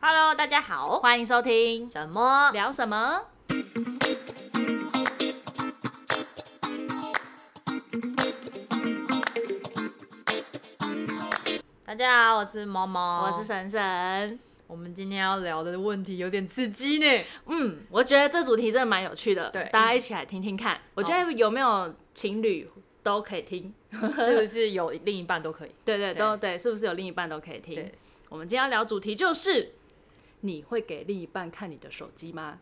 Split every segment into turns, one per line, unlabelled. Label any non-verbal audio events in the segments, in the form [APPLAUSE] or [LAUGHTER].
Hello，大家好。
欢迎收听
什么？
聊什么？
大家好，我是猫猫，
我是。神神。
我们今天要聊的问题有点刺激
[LAUGHS]
呢。
嗯，我觉得这主题真的蛮有趣的，
对
大家一起来听听看。我觉得有没有情侣都可以听，
是不是有另一半都可以？
对对都对，是不是有另一半都可以听
对？
我们今天要聊主题就是，你会给另一半看你的手
[LAUGHS]
机吗？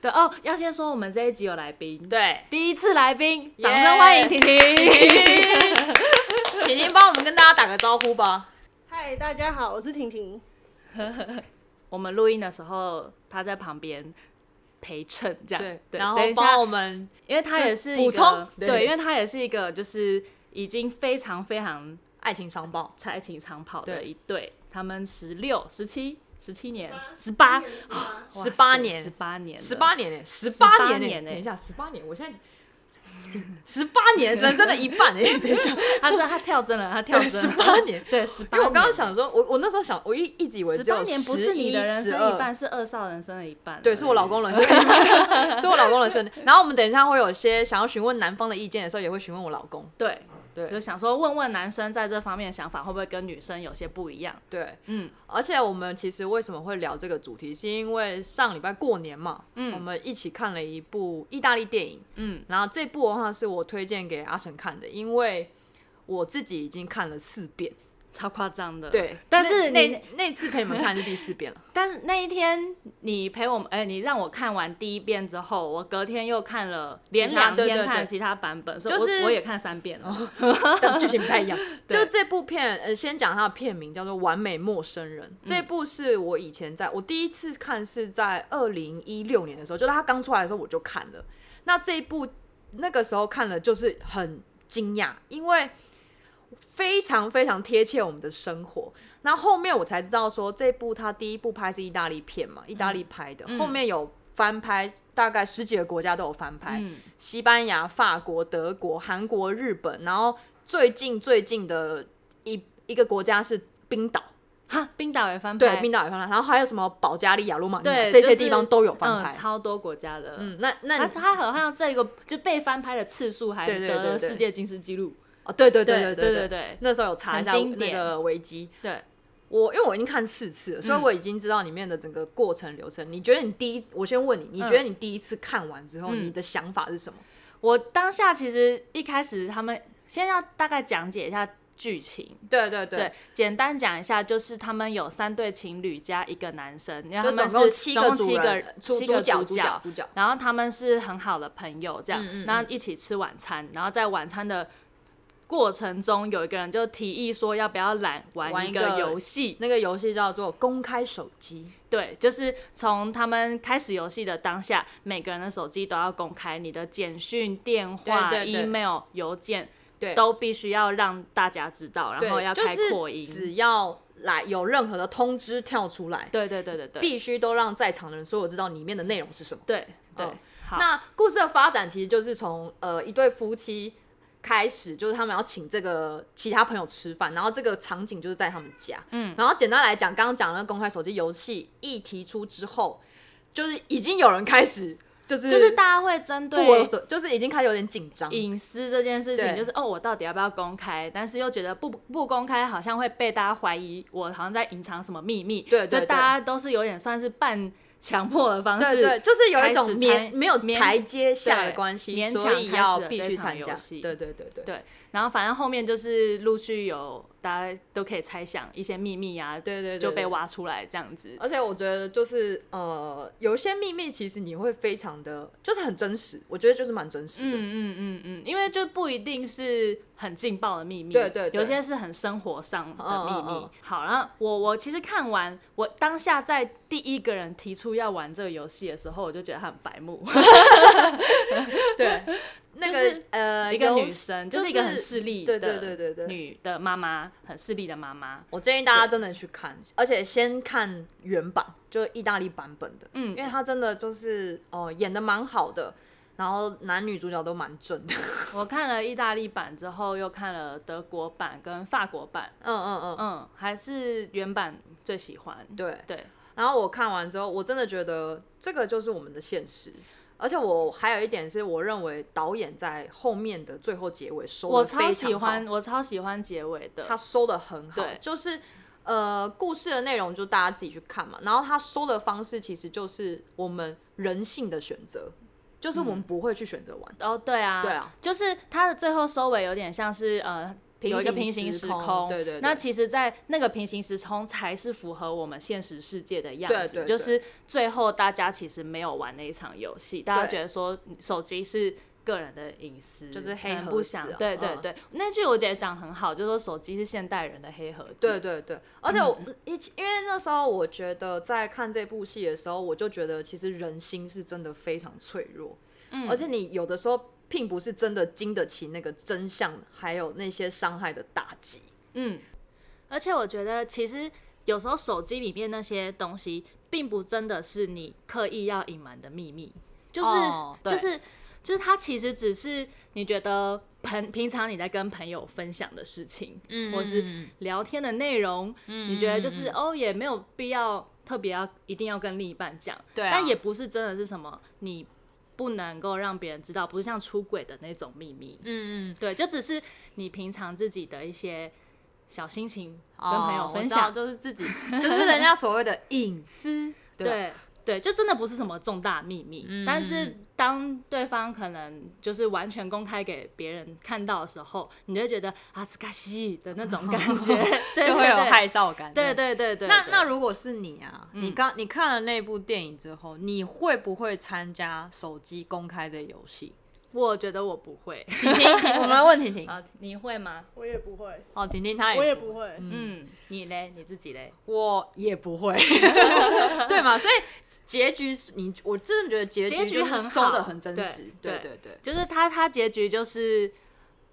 对哦，要先说我们这一集有来宾，
对， [LAUGHS]
第一次来宾，
耶
掌声欢迎婷婷。
婷婷帮我们跟大家打个招呼吧。
嗨，大家好，我是婷婷。
我们录音的时候，她在旁边陪衬，这样对，
然后
等一下
帮我们
因为他也是一个
补充对
对，因为他也是一个就是已经非常非常
爱情商报。
才情长跑的
对
一对，他们十六、十七、十七年、十八、
十八年
十八年了，
十八年呢、十
18
八年
年
呢、
欸
等一下，十八年，我现
[LAUGHS]
在十八年，人生的一半哎、等一下，
他真的他跳针了，他跳
十
针了，
八年。
对，十八。
因为我刚刚想说，我我那时候想，我一一直以为
十
只有
八年不是你的人生一半，是二少人生的一半。
对，是我老。公人生， [LAUGHS] 是我老公人
[LAUGHS]
生。然后我们等一下会有些想要询问男方的意见的时候，也会询问我老公。
对
对
就想说问问男生在这方面的想法会不会跟女生有些不一样？
对，
嗯，
而且我们其实为什么会聊这个主题，是因为上礼拜过年嘛，
嗯
我们一起看了一部意大利电影，
嗯，
然后这部的话是我推荐给阿成看的，因为我自己已经看了四遍，
超夸张的。，
对，
但是
那
你
那那次陪你们看是第四遍了，
但是那一天你陪我们，哎、你让我看完第一遍之后，我隔天又看了，连
其他
两
对对
天
对
看其他版本，
就
所以
是哦
我我也看三遍了。
但剧情不太一样。
[LAUGHS] 对
就这部片，呃，先讲它的片名叫做《完美陌生人》。
嗯
这部是我以前在我第一次看是在二零一六年的时候，就是它刚出来的时候我就看了。那这一部那个时候看了就是很惊讶，因为非常非常贴切我们的生活。那后面我才知道说，这部它第一部拍是意大利片嘛，意大
嗯
利拍的，后面有翻拍，大概十几个国家都有翻拍。
嗯，
西班牙、法国、德国、韩国、日本，然后最近最近的一一个国家是冰岛，
哈，冰岛也翻
对，
拍，
冰岛也翻拍，然后还有什么保加利亚、罗马尼亚
对
这些
就是
地方都有翻
嗯，
拍。
超多国家的。
嗯，那那
它
你
它好像这个就被翻拍的次数还
对对对
得了
对
世界吉尼斯纪录。
哦，对对
对
对
对
对，
对
那时候有查一下
很经
那
典嗯
个维基，
对
我因为我已经看四次了，所以我已经知道里面的整个过程流程。你觉得你第一，我先问你，你觉得你第一次看完之后，
嗯
你的想法是什么？
我当下其实一开始他们先要大概讲解一下剧情，
对对
对，，简单讲一下，就是他们有三对情侣加一个男生，因为他
就
们
总
是
共七个
总共
主
七个
人主
七
主
个
角
主
主角主角，
然后他们是很好的朋友，这
嗯
样，
嗯嗯
那一起吃晚餐，然后在晚餐的过程中，有一个人就提议说要不要来
玩
玩
一
一
个
个游戏，
那个游戏叫做公开手机。
对，就是从他们开始游戏的当下，每个人的手机都要公开，你的简讯、电话、
对对对
email、邮件
对
都必须要让大家知道，然后
对，
要开扩音，
就是、只要来有任何的通知跳出来，
对对对对对，
必须都让在场的人所有知道里面的内容是什么。
对对、
哦
好。
那故事的发展其实就是从呃一对夫妻开始，就是他们要请这个其他朋友吃饭，然后这个场景就是在他们家。嗯，然后简单来讲，刚刚讲的那个公开手机游戏一提出之后，就是已经有人开始就是
就是大家会针
不为
对
所，就是已经开始有点紧张。
隐私这件事情，
对
就是哦，我到底要不要公开？但是又觉得不不公开，好像会被大家怀疑我好像在隐藏什么秘密。
对对
就
对
大家都是有点算是半强迫的方式，
对对，就是有一
啊开
种
始
勉
参
没有
勉
台阶下的
对
关系，
勉
所
强
以
开
要
始了
必
这
须
场
参
游
加。
戏
对对对对。
对然后反正后面就是陆续有大家都可以猜想一些秘密啊，
对对对
就被
对
挖出来这样子。
而且我觉得就是呃，有一些秘密其实你会非常的，就是很真实，我觉得就是蛮真实的。
嗯嗯嗯嗯，因为就不一定是很劲爆的秘密，
对对对
有些是很生活上的秘密。
嗯嗯嗯
好，然后我我其实看完，我当下在第一个人提出要玩这个游戏的时候，我就觉得他很白
[LAUGHS]
目，
对， [LAUGHS] 那个、
就是
呃，
一个
有
女生就是一个很势利
对
的
对对对对
女的妈妈，很势利的妈妈。
我建议大家真的去看，而且先看原版，就是意大利版本的，
嗯
因为他真的就是哦、呃演的蛮好的。然后男女主角都蛮正的， [LAUGHS]
我看了意大利版之后，又看了德国版跟法国版，
嗯嗯嗯，
嗯，还是原版最喜欢。
对。
对，
然后我看完之后，我真的觉得这个就是我们的现实。而且我还有一点是，我认为导演在后面的最后结尾收
我
的
超
非
喜
常好，
欢，我超喜欢结尾的。
他收的很好
对，
就是呃，故事的内容就大家自己去看嘛。然后他收的方式其实就是我们人性的选择，就是我们不会去选择玩。
哦，对嗯啊，
对啊，
就是它的最后收尾有点像是呃。
平
有一个
行
平行
时
时
空
空，
对对对
那其实，在那个平行时空才是符合我们现实世界的样
对
子。
对对
就是最后大家其实没有玩那一场游戏，大家
对
觉得说嗯手机是个人的隐私，
就是黑
可能
盒
不
子
想。
啊
对对
嗯
对，那句我觉得讲很好，就说手机是现代人的黑盒子。嗯
对对对，而且我一起、因为那时候我觉得在看这部戏的时候，我就觉得其实人心是真的非常脆弱，嗯，而且你有的时候并不是真的经得起那个真相，还有那些伤害的打击。
嗯，而且我觉得其实有时候手机里面那些东西，并不真的是你刻意要隐瞒的秘密，就是、
哦对
就是就是它其实只是你觉得朋平常你在跟朋友分享的事情，嗯或是聊天的内容，嗯，你觉得就是、哦也没有必要特别要一定要跟另一半讲，
对啊
但也不是真的是什么你。不能够让别人知道，不是像出轨的那种秘密。
嗯嗯，
对，就只是你平常自己的一些小心情跟
哦
朋友分享。
就是自己， [LAUGHS] 就是人家所谓的隐私，对吧
[LAUGHS] 对对，就真的不是什么重大秘密。但是当对方可能就是完全公开给别人看到的时候，你就会觉得啊，斯卡西的那种感 [LAUGHS] 觉，对
就会有。害
对
臊感。
对对对对对，嗯
那那如果是你啊，你刚你看了那部电影之后，你会不会参加手机公开的游戏？
我觉得我不 [LAUGHS] 会
婷婷，我们来问 [LAUGHS] 婷婷。
啊，你会吗？
我也不会，
哦，婷婷她
我也
不
不会。
嗯，你嘞，你自己嘞？
我也不
[LAUGHS]
会，对嘛？所以结局是你，我真的觉得结
结局
局就是
很
收的
好
很真
对
实，对
对
对对。
就是他他结局就是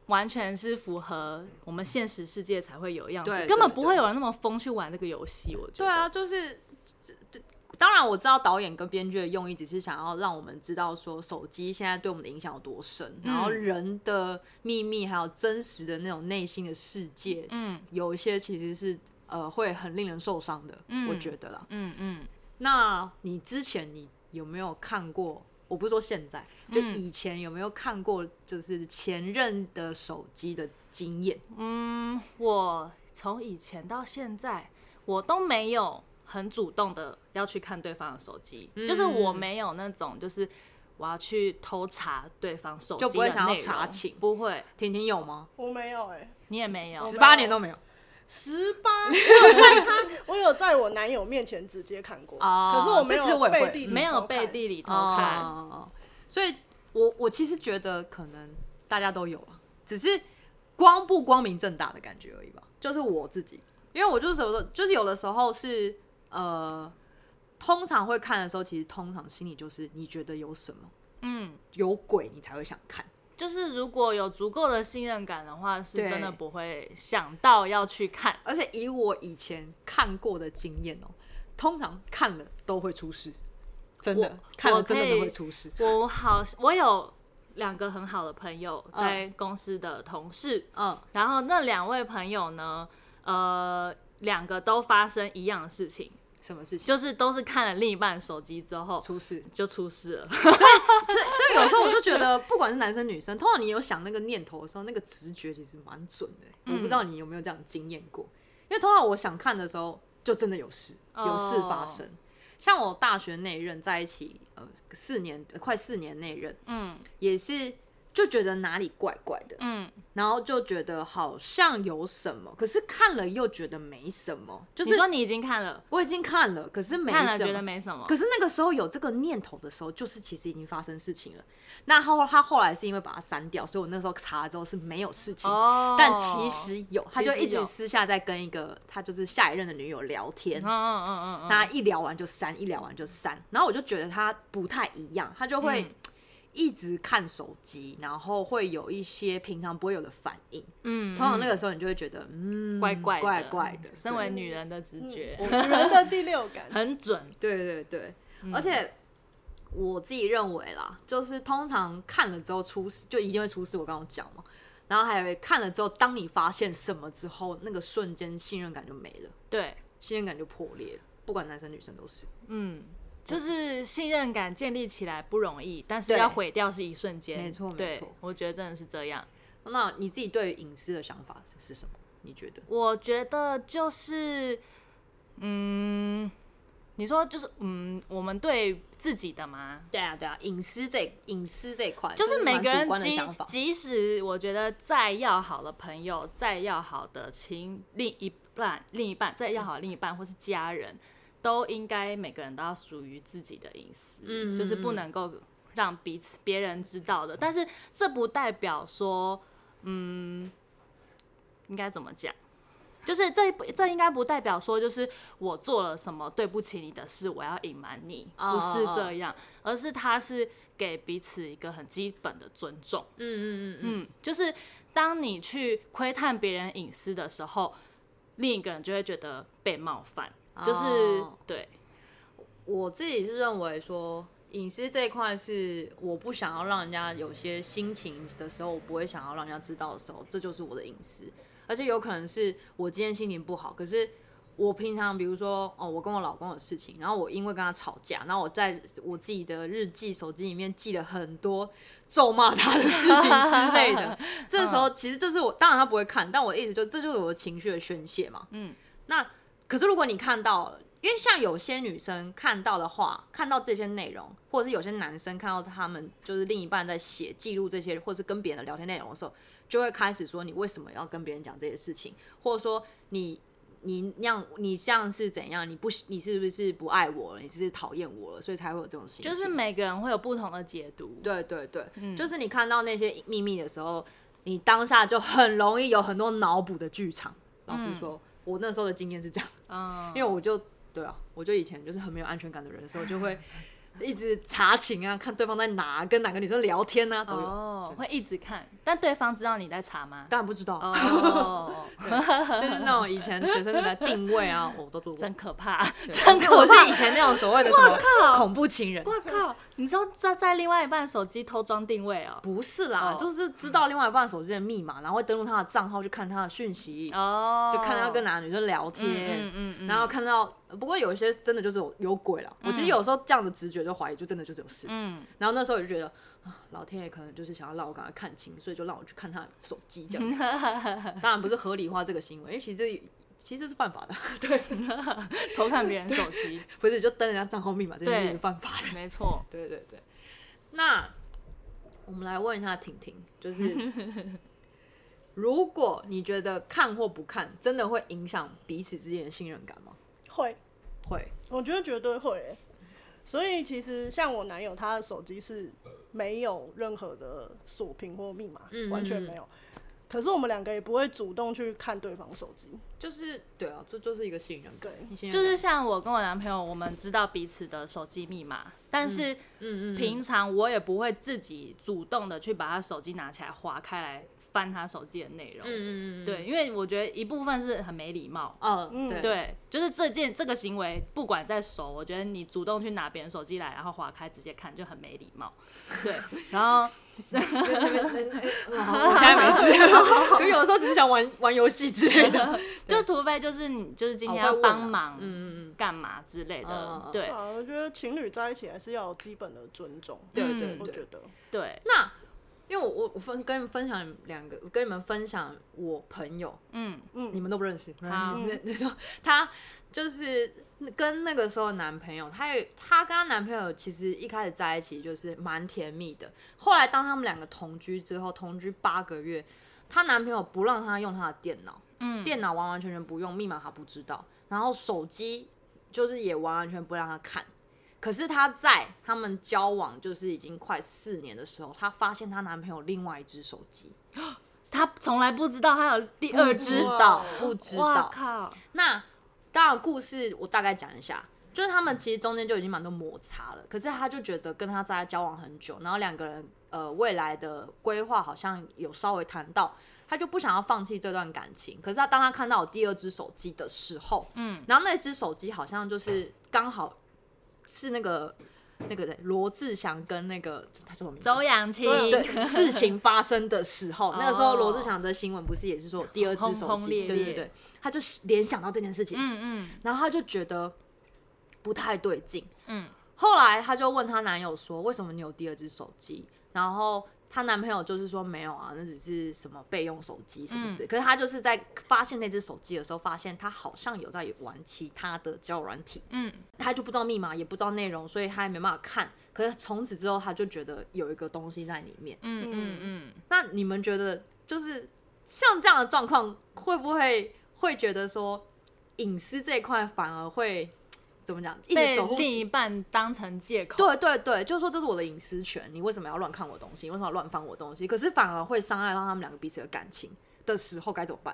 完全是符合我们现实世界才会有样子，
对
根本
对
不
对
会有人那么疯去玩这个游戏，我觉得。
对啊，，就是这这当然我知道导演跟编剧的用意只是想要让我们知道说手机现在对我们的影响有多深，
嗯
然后人的秘密还有真实的那种内心的世界，
嗯
有一些其实是呃会很令人受伤的，我
嗯
觉得啦。
嗯嗯，
那你之前你有没有看过？我不是说现在，就
嗯
以前有没有看过，就是前任的手机的经验？
嗯我从以前到现在，我都没有很主动的要去看对方的手机，
嗯
就是我没有那种就是我要去偷查对方手机的
就不会想要
内容
查寝
不会，
婷婷有吗？
我没有哎、
你也没有。
十八年都哦没有
十八，我有在他，我有在我男友面前直接看过，
哦
可是我没
这次我
有
也会
背地里
没有
偷看
背，地里偷看，
哦，所以我我其实觉得可能大家都有啊，只是光不光明正大的感觉而已吧。就是我自己，因为我就是有的，就是有的时候是呃，通常会看的时候，其实通常心里就是你觉得有什么
嗯，
有鬼，你才会想看。
就是如果有足够的信任感的话，是
对
真的不会想到要去看。
而且以我以前看过的经验哦、通常看了都会出事，真的
我
看了
我可
真
以
的都会出事。
我好，我有两个很好的朋友，
嗯
在公司的同事，
嗯，
然后那两位朋友呢，呃，两个都发生一样的事情，
什么事情
就是都是看了另一半手机之后
出事？
就出事了。
所以，所以有时候我就觉得，不管是男生女生，通常你有想那个念头的时候，那个直觉其实蛮准的、我不知
嗯
道你有没有这样经验过，因为通常我想看的时候，就真的有事，
哦
有事发生。像我大学那一任在一起，呃，四年、呃快四年那一任，
嗯
也是就觉得哪里怪怪的，
嗯，
然后就觉得好像有什么，可是看了又觉得没什么，就
你
是
说你已经看了，
我已经看了，可是没
看了
什
觉得
么。
没什么，
可是那个时候有这个念头的时候，就是其实已经发生事情了。那后他后来是因为把它删掉，所以我那时候查了之后是没有事情，
哦，
但其，实有，他就
其实
一直
有
私下在跟一个他就是下一任的女友聊天
嗯。嗯嗯嗯嗯，
他一聊完就删，一聊完就删，然后我就觉得他不太一样，他就会
嗯
一直看手机，然后会有一些平常不会有的反应。
嗯，
通常那个时候你就会觉得，嗯，
怪怪的嗯
怪怪的。嗯
身为女
嗯
人的直觉
我人的第六感，
很准，
嗯对对对，而且我自己认为啦，就是通常看了之后出事，就一定会出事。我刚刚讲嘛，然后还有看了之后，当你发现什么之后，那个瞬间信任感就没了，
对，
信任感就破裂了，不管男生女生都是。
嗯，就是信任感建立起来不容易，但是
对
要毁掉是一瞬间，
没错
对
没错
我觉得真的是这样。
那你自己对于隐私的想法是是什么？你觉得？
我觉得就是，嗯，你说就是，嗯，我们对自己的吗？
对啊对啊，隐私这隐私这一块，
就是每
蛮
个
主
人
观的
即
想法。
即使我觉得再要好的朋友，再要好的亲另一半、另一半，再要好的另一半或是家人，都应该每个人都要属于自己的隐私，
嗯
就是不能够让彼此别人知道的。但是这不代表说，嗯，应该怎么讲？就是这不这应该不代表说，就是我做了什么对不起你的事，我要隐瞒你，
哦
不是
哦哦
这样，而是他是给彼此一个很基本的尊重。
嗯嗯嗯嗯，
嗯，就是当你去窥探别人隐私的时候，另一个人就会觉得被冒犯，就是
哦
对，
我自己是认为说。隐私这一块是我不想要让人家有些心情的时候，我不会想要让人家知道的时候，这就是我的隐私。而且有可能是我今天心情不好，可是我平常比如说哦，我跟我老公的事情，然后我因为跟他吵架，然后我在我自己的日记、手机里面记了很多咒骂他的事情之类的。这时候其实这是我，当然他不会看，但我的意思就这就是我的情绪的宣泄嘛。嗯，那可是如果你看到了。因为像有些女生看到的话，看到这些内容，或者是有些男生看到他们就是另一半在写记录这些，或者是跟别人的聊天内容的时候，就会开始说你为什么要跟别人讲这些事情，或者说你你那样你像是怎样，你不你是不是不爱我了，你是不是讨厌我了，所以才会有这种心情。
就是每个人会有不同的解读。
对对对，
嗯
就是你看到那些秘密的时候，你当下就很容易有很多脑补的剧场。老实说，我那时候的经验是这样，
嗯，
因为我就对啊，我就以前就是很没有安全感的人的时候，就会一直查寝啊，看对方在哪，跟哪个女生聊天啊，都有。
哦，会一直看，但对方知道你在查吗？
当然不知道， [LAUGHS]
哦，
就是那种以前学生时代定位啊，我都做过
[LAUGHS] 真。可怕，
对
[LAUGHS] 真
就是
可
我
怕
是以！前那种所谓的
[LAUGHS]
什么恐怖情人，
我靠，你说在在另外一半手机偷装定位哦？
不是啦，
哦
就是知道另外一半手机的密码，然后会登录他的账号去看他的讯息，[LAUGHS]
哦，
就看他跟哪个女生聊天，
嗯嗯嗯，
然后看到，不过有一些真的就是有有鬼了。我其实有时候这样的直觉就怀疑，就真的就是有事。
嗯
然后那时候我就觉得，啊，老天爷可能就是想要让我赶快看清，所以就让我去看他的手机这样
[LAUGHS]
子。当然不是合理化这个行为，因为其实这其实这是犯法的， [LAUGHS]
嗯偷看别人手机，
不是就登人家账号密码这件事情
对
是犯法的。
没错。
[LAUGHS] 对对对。那我们来问一下婷婷，就是
[LAUGHS]
如果你觉得看或不看，真的会影响彼此之间的信任感吗？
会，
会。
我觉得绝对会欸、所以其实像我男友，他的手机是没有任何的锁屏或密码，
嗯
完全
嗯嗯
没有。可是我们两个也不会主动去看对方手机，
就是对啊，这就是一个信任感
对，
你信任
就
感
是像我跟我男朋友，我们知道彼此的手机密码，但是
嗯嗯嗯
平常我也不会自己主动的去把他手机拿起来划开来翻他手机的内容。
嗯嗯嗯，
对，因为我觉得一部分是很没礼貌。
嗯
嗯
对
对，就是这件这个行为，不管在手，我觉得你主动去拿别人手机来，然后划开直接看，就很没礼貌。对，然
[LAUGHS]
后
对对对对嗯好我现在没 [LAUGHS] 事，可有的时候只是想玩玩游戏之类的，
就除非就是你就是今
哦
天
会
要
问
帮
啊
忙
嗯嗯嗯，
干嘛之类
嗯嗯
的
嗯，
对
啊，我觉得情侣在一起还是要有基本的尊重，
对
嗯
我
对
觉
对。
得
对，
那因为我我我分跟你们分享两个，我跟你们分享我朋友，
嗯，
你们都不认识，没 [LAUGHS]
好
关系。那那她就是跟那个时候的男朋友，她有她跟她男朋友其实一开始在一起就是蛮甜蜜的。后来当他们两个同居之后，同居八个月，她男朋友不让她用她的电脑，
嗯
电脑完完全全不用，密码她不知道，然后手机就是也完完全不让她看。可是她在他们交往就是已经快四年的时候，她发现她男朋友另外一只手机，
他从来不知道他有第二
知
只，
道不嗯知
哇
道？
靠，
那当然，故事我大概讲一下，就是他们其实中间就已经蛮多摩擦了，可是他就觉得跟他在交往很久，然后两个人呃未来的规划好像有稍微谈到，他就不想要放弃这段感情。可是他当他看到有第二只手机的时候，嗯，然后那只手机好像就是刚好是那个那个人罗志祥跟那个他叫什么名字？啊
周扬青，
对， [LAUGHS] 事情发生的时候，那个时候
哦
罗志祥的新闻不是也是说第二只手
轰轰
机，
烈
对对
烈
对，他就联想到这件事情，
嗯嗯
然后他就觉得不太对劲。
嗯，
后来她就问她男友说：“为什么你有第二只手机？”然后她男朋友就是说：“没有啊，那只是什么备用手机什
嗯
么之类。可是她就是在发现那只手机的时候，发现她好像有在玩其他的交友软体，
嗯，
她就不知道密码，也不知道内容，所以她也没办法看。可是从此之后，她就觉得有一个东西在里面。
嗯嗯嗯，
那你们觉得，就是像这样的状况，会不会会觉得说，隐私这一块反而会怎么讲？一直
被
守护自
另
己
一半当成借口，
对对对，就是说这是我的隐私权，你为什么要乱看我东西？你为什么要乱翻我东西？可是反而会伤害到他们两个彼此的感情的时候该怎么办？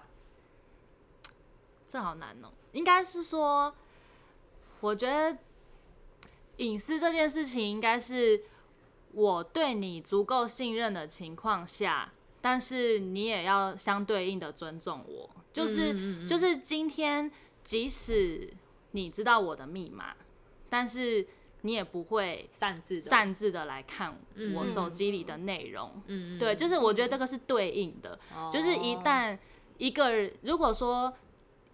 这好难哦、应该是说，我觉得隐私这件事情，应该是我对你足够信任的情况下，但是你也要相对应的尊重我。就是、
嗯
就是今天，即使你知道我的密码，但是你也不会
擅自的，
擅自的来看
嗯
我
嗯
手机里的内容。
嗯，嗯
对，就是我觉得这个是对应的。
哦
就是一旦一个人如果说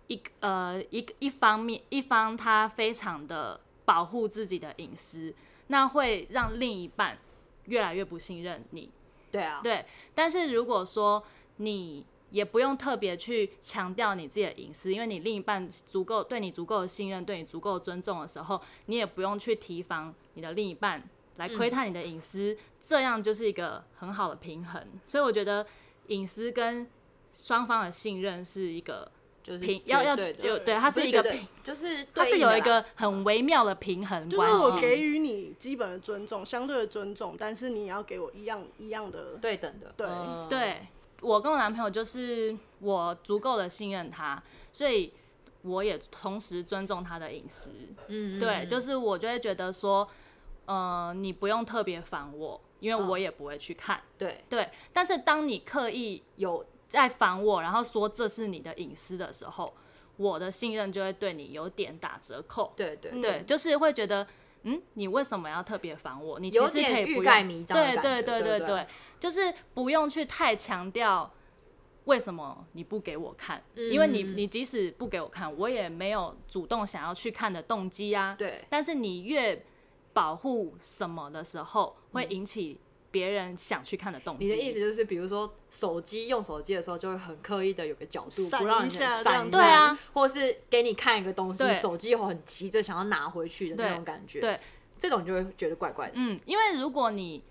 一个呃一个一方面一方他非常的保护自己的隐私，那会让另一半越来越不信任你。
对啊，
哦对，但是如果说你也不用特别去强调你自己的隐私，因为你另一半足够对你足够的信任，对你足够的尊重的时候，你也不用去提防你的另一半来
嗯
窥探你的隐私，这样就是一个很好的平衡。所以我觉得隐私跟双方的信任是一个
就是
平，要要
绝对的
有对，它
不
是一
绝
个
对
平，
就是
它
对
是
应的
有一
啦
个很微妙的平衡
就是
关
我给
系。
予你基本的尊重，相对的尊重，但是你也要给我一样一样的。
对等的，
对
嗯，
对我跟我男朋友就是我足够的信任他，所以我也同时尊重他的隐私。
嗯，嗯
对，
嗯
就是我就会觉得说，呃，你不用特别烦我，因为
嗯
我也不会去看。
对
对，但是当你刻意
有
在烦我，然后说这是你的隐私的时候，我的信任就会对你有点打折扣。
对对
嗯
对，就是会觉得，嗯，你为什么要特别烦我？你其
有
实
点
可以
欲
不
盖
用
弥彰的
对
感觉
对
对
对
不对
对，就是不用去太强调为什么你不给我看，因为你
嗯
你即使不给我看，我也没有主动想要去看的动机啊。
对
但是你越保护什么的时候，会引起别人想去看的动机。
嗯你的意思就是，比如说手机用手机的时候，就会很刻意的有个角度，
闪
不让
一
人
下这
闪
样
一
子
对啊，
或者是给你看一个东西，
对
手机后很急着想要拿回去的那
对
种感觉，
对，
这种你就会觉得怪怪的，
嗯，因为如果你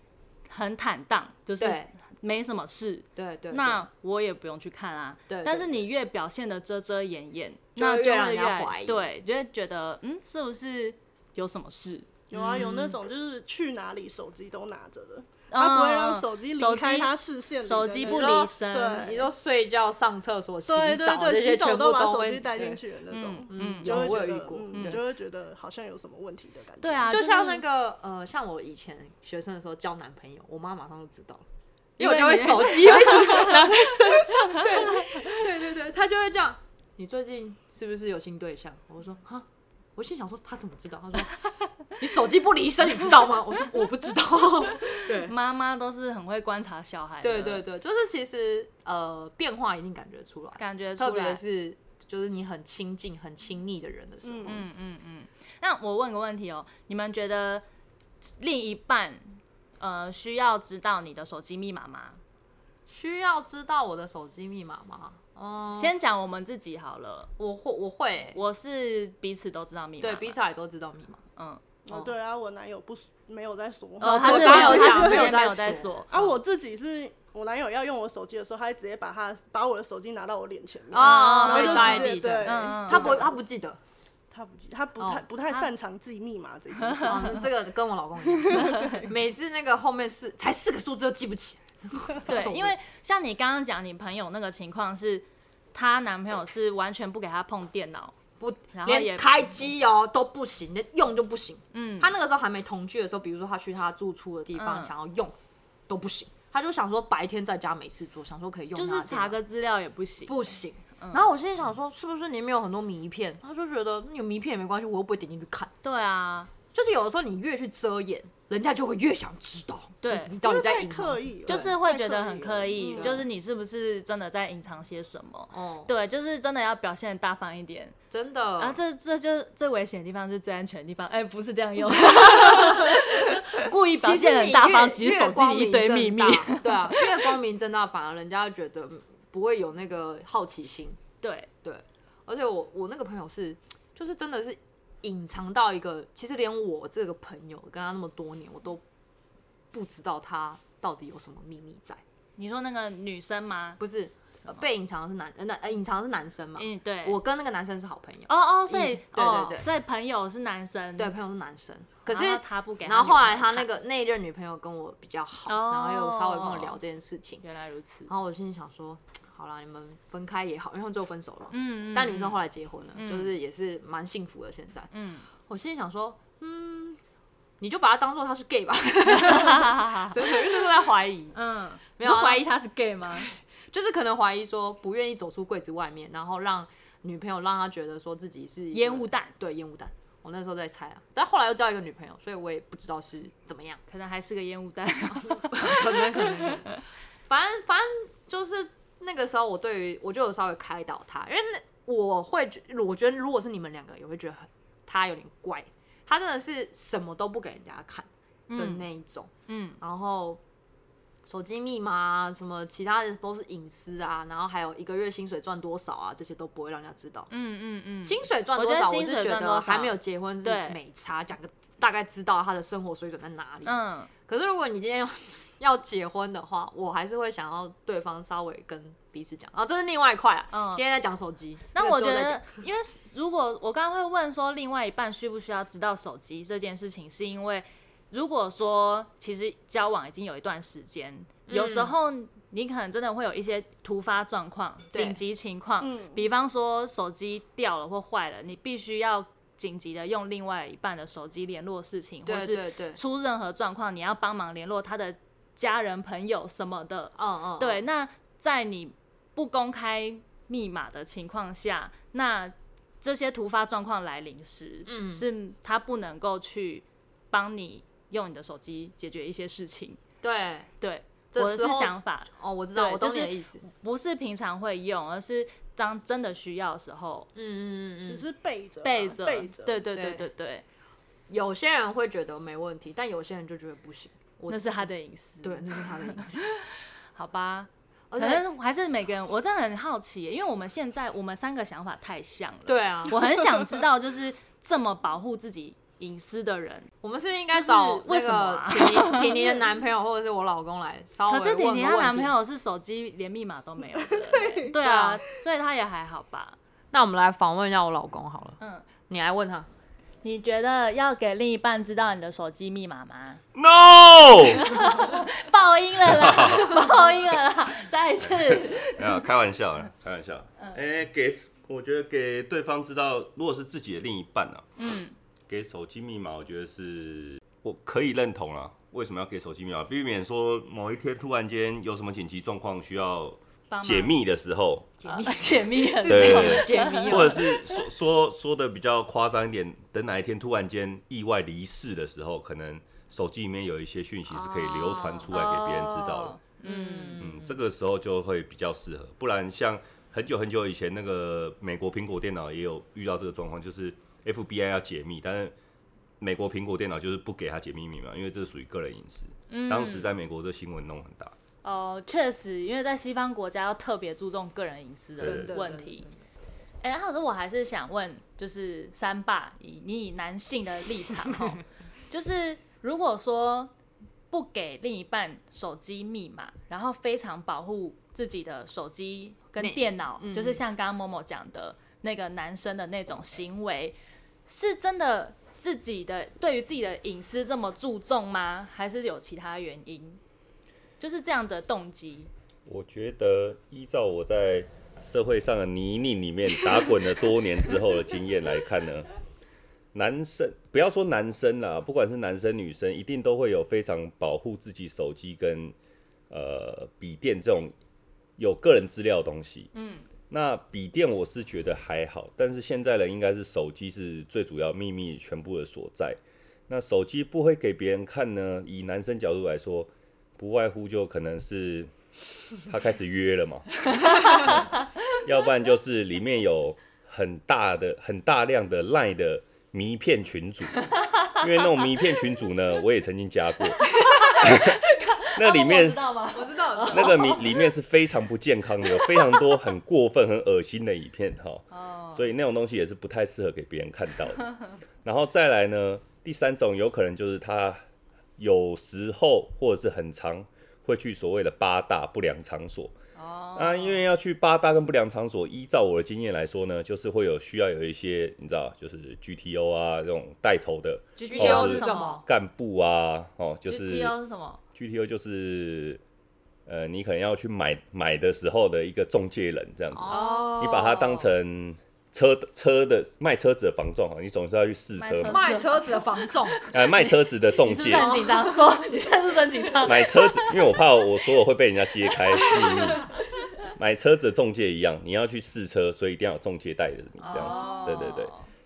很坦荡，就是
对
没什么事，
对对，
那我也不用去看啊。
对对
但是你越表现的遮遮掩掩，
就
那
会
就
越让
会
人
越
家
来
怀疑
对，就会觉得嗯，是不是有什么事？
有啊，有
嗯
那种就是去哪里手机都拿着的，
嗯
他不会让手机离
手
开
机
他视线里的
手
那种，
机不
那种
离身，
对
你说睡觉、上厕所、洗
对对
澡这
对，洗
些
澡
全部
都把手
会
机带进
对
去的那种，
嗯，
就
有
会
我
觉
有遇
得，
过，
嗯，
对
就会觉得好像有什么问题的感觉。
对啊，
就是像那个呃，像我以前学生的时候交男朋友，我妈马上就知道了，因为我
因
就
为
会
你
手
[LAUGHS]
机会一直拿在身上，对对对对，她就会这样。你最近是不是有新对象？我说哈，我心想说她怎么知道？她说 [LAUGHS] 你手机不离身，你知道吗？我说我不知道。 [LAUGHS] 对
妈妈都是很会观察小孩的，
对对，对，就是其实呃变化一定感觉出来，
感觉出
特
来
别。是就是你很亲近、很亲密的人的时候，
嗯
嗯嗯嗯。那我问个问题哦，你们觉得另一半呃需要知道你的手机密码吗？
需要知道我的手机密码吗？嗯，
先讲我们自己好了，
我会我会欸、
我是彼此都知道密码嘛，
对彼此也都知道密码。
嗯，
啊，对啊，我男友不没有在锁，
哦，
呃
他是
我刚
没
刚
有，
有讲
他是
没有
直接没
在
有在
锁
锁
啊，我自己是我男友要用我手机的时候，他还直接把他把我的手机拿到我脸前
哦
面，
啊
然后
会
就直
塞
接
你
对
的，
嗯嗯，
他不会他不记得，
他不记，他不太
哦
不太擅长记密码这件事情。
[LAUGHS] 嗯这个跟我老公一样，每次那个后面四才四个数字都记不起来。
[LAUGHS]
受
对，
不
因为像你刚刚讲你朋友那个情况是，她男朋友是完全不给她碰电脑，
不
然后也
连开机哦都不行，连用就不行。
嗯，
他那个时候还没同居的时候，比如说他去他住处的地方
嗯
想要用都不行，他就想说白天在家没事做，想说可以用
就
他的
是
电脑
查个嗯资料也不行，
不行。然后我心里想说，是不是里面有很多迷片？他就觉得有迷片也没关系，我又不会点进去看。
对啊，
就是有的时候你越去遮掩，人家就会越想知道，
对
你到底在
太
隐藏
刻
什么
意了，
就是会觉得很刻意，
太了嗯
就是你是不是真的在隐藏些什么？
嗯哦，
对，就是真的要表现得大方一点。
真的，
啊，这这就是最危险的地方，就是最安全的地方。哎、不是这
[LAUGHS]
样用，故意表
其实
现
你
得很大方，
越
其实手
越
机
光
里
明
一堆
正
秘密
大。对啊，越光明正大，反而人家觉得嗯不会有那个好奇心。
对，
对，而且我我那个朋友是，就是真的是隐藏到一个，其实连我这个朋友跟他那么多年，我都不知道他到底有什么秘密在。
你说那个女生吗？
不是、呃被隐藏的是男，呃，男呃隐藏的是男生嘛？
嗯，对，
我跟那个男生是好朋友，
哦哦，所以
以对
哦
对对
所以朋友是男生，
对，，朋友是男生，可
可
是。
嗯他不给，
然后后来他那，个那一任女朋友跟我比较好，
哦
然后又稍微跟我聊这件事情，
原来如此，
然后我心里想说，好啦，你们分开也好，因为他们最后分手了嘛。
嗯，嗯
但女生后来结婚了，
嗯
就是也是蛮幸福的。现在，
嗯，
我心里想说，嗯，你就把他当做他是 gay
[LAUGHS]
吧，真的，因为那时候在怀疑，
嗯，
没有啊
你不怀疑他是 gay 吗？
就是可能怀疑说不愿意走出柜子外面，然后让女朋友让他觉得说自己是一个
[LAUGHS] 烟雾，弹，
对烟雾弹。我那时候在猜啊，但后来又交一个女朋友，所以我也不知道是怎么样， [LAUGHS]
可能还是个烟雾弹，
可能可能，可能 [LAUGHS] 反正反正就是那个时候，我对于我就有稍微开导他，因为那我会觉，我觉得如果是你们两个，也会觉得很他有点怪，他真的是什么都不给人家看的
嗯
那一种，
嗯，
然后手机密码啊，什么其他的都是隐私啊，然后还有一个月薪水赚多少啊，这些都不会让人家知道。
嗯嗯 [LAUGHS] 嗯，
薪水赚
我觉
多
得
少，我
薪
是
水
觉
赚
得
多
还
少
没有结婚是
对
没差，讲个大概知道他的生活水准在哪里。
嗯，
可是如果你今天要要结婚的话，我还是会想要对方稍微跟彼此讲啊，这是另外一块啊。
嗯
今天在讲手机，
那
这
我
个
觉
之后再讲
得，因为如果我刚刚会问说，另外一半需不需要知道手机这件事情，是因为如果说其实交往已经有一段时间，有时候你可能真的会有一些突发状况、
对
紧急情况，
嗯
比方说手机掉了或坏了，你必须要紧急的用另外一半的手机联络事情，或
对
是
对对，
出任何状况，你要帮忙联络他的家人、朋友什么的，
嗯嗯，
对，那在你不公开密码的情况下，那这些突发状况来临时，
嗯
是他不能够去帮你用你的手机解决一些事情。
对
对，
这
我的
时
是
候
想法，
哦，我知道，
对
我懂
就
你的
是
意思。
不是平常会用，而是当真的需要的时候
嗯嗯嗯嗯，
只是背着啊
备着。
背着，
对对对
对
对对，
有些人会觉得没问题，但有些人就觉得不行。我
那是他的隐私。
对，，那是他的隐
[LAUGHS]
私。
好吧。
而
可
且
能还是每个人，我真的很好奇耶，因为我们现在我们三个想法太像了。
对啊，
我很想知道，就是这么保护自己隐私的人，
我们是不是应该找
就是
那
为什么
个
啊
婷婷婷婷的男朋友或者是我老公来稍微
可
问
是
个
婷
哦问题？
婷她男朋友是手机连密码都
[LAUGHS]
没有的，对对啊，所以她也还好吧。
那我们来访问一下我老公好了。
嗯，
你来问他。
你觉得要给另一半知道你的手机密码吗？
No，
爆音
[LAUGHS]
了啦，爆音了啦，再一次。
[LAUGHS] 没有开玩笑啦，开玩笑。哎、给我觉得给对方知道，如果是自己的另一半啊，
嗯，
给手机密码，我觉得是我可以认同啦。为什么要给手机密码？避免说某一天突然间有什么紧急状况需要
帮忙
解密的时候，
解密，解密很
对
重要
对
解谜
嗯
或者是说说说的比较夸张一点，等哪一天突然间意外离世的时候，可能手机里面有一些讯息是可以流传出来给别人知道的。
哦嗯，
嗯，这个时候就会比较适合，不然像很久很久以前那个美国苹果电脑也有遇到这个状况，就是 FBI 要解密，但是美国苹果电脑就是不给他解密密码，因为这属于个人隐私。当时在美国这新闻弄很大，
哦，确实，因为在西方国家要特别注重个人隐私
真
的
的
问
真
题。哎、然后我还是想问，就是三爸，以你以男性的立场哦，就是如果说不给另一半手机密码，然后非常保护自己的手机跟
内
电脑，就是像刚刚某某讲的那个男生的那种行为，是真的自己的对于自己的隐私这么注重吗？还是有其他原因？就是这样的动机，
我觉得依照我在社会上的泥泞里面打滚了多年之后的经验来看呢，男生不要说男生啦，不管是男生女生，一定都会有非常保护自己手机跟呃笔电这种有个人资料的东西。嗯，那笔电我是觉得还好，但是现在人应该是手机是最主要秘密全部的所在。那手机不会给别人看呢，以男生角度来说，不外乎就可能是他开始约了嘛，
[LAUGHS]
要不然就是里面有很大的、很大量的赖的迷骗群组，因为那种迷骗群组呢，我也曾经加
[LAUGHS]
过，那里面
知道吗？
我知道，
那个里里面是非常不健康的，有非常多很过分、很恶心的影片哈，所以那种东西也是不太适合给别人看到的。然后再来呢，第三种有可能就是他有时候或者是很长会去所谓的八大不良场所。
哦
那因为要去八大跟不良场所，依照我的经验来说呢，就是会有需要有一些你知道，就是 GTO 啊这种带头的
GTO
是
什么？
干部啊，哦，就是
GTO 哦是什么？
GTO 就是呃，你可能要去买买的时候的一个中介人这样子，
哦
你把它当成车的车的卖车子的房仲啊，你总是要去试
卖
车
车
嘛，
卖车子的房仲，
呃，卖车子的中
你是不
介
是，很紧张？说你现在是不是很紧
[LAUGHS]
张？
买车子，因为我怕我说我会被人家
[LAUGHS]
揭开秘密。买车子的中介一样，你要去试车，所以一定要有中介带着你 [LAUGHS] 这样子。
哦
哦
对对对，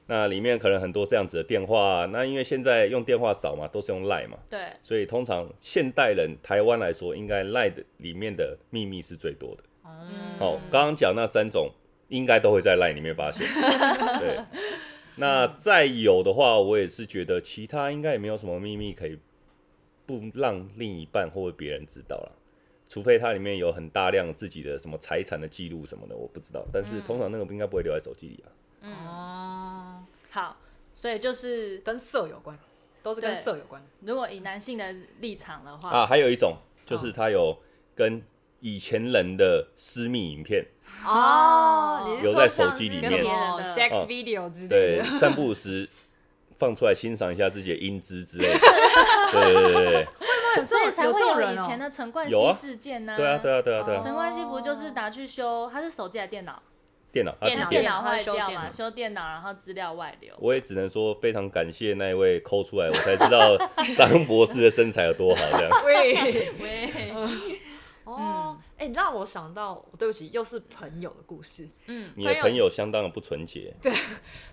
那里面可能很多这样子的电话、啊那因为现在用电话少嘛，都是用 Line 嘛，
对
所以通常现代人台湾来说，应该 Line 的里面的秘密是最多的。哦，刚刚讲那三种，应该都会在 Line 里面发现。对，那再有的话，我也是觉得其他应该也没有什么秘密可以不让另一半或者别人知道了。除非它里面有很大量自己的什么财产的记录什么的，我不知道。但是通常那个应该不会留在手机里啊。
哦，好，所以就是
嗯跟色有关，都是跟
对
色有关。
如果以男性的立场的话，
啊，还有一种就是它有跟以前人的私密影片，
哦，你是
留
说
在
像
手机里
是
面
什么
哦
sex video 之类
对
[LAUGHS]
的？，
散步时放出来欣赏一下自己的英姿之
[LAUGHS]
类的。对对对对
所以才
有
会
这种
有
人
以
哦
前的陈冠
有啊
希事件呐、
对啊对啊对啊对
陈
啊！
冠希不就是拿去修，他是手机还是电脑？
电脑，啊
电脑
笔电
脑
坏
修
掉
电
嘛，
脑
修电脑，然后资料外流。
我也只能说非常感谢那一位抠出来，我才
[LAUGHS]
知道张柏芝的身材有多好。
[LAUGHS]
这样，
对，
喂，
嗯哦，哎，你让我想到，对不起，又是朋友的故事。
你的朋友相当的不纯洁，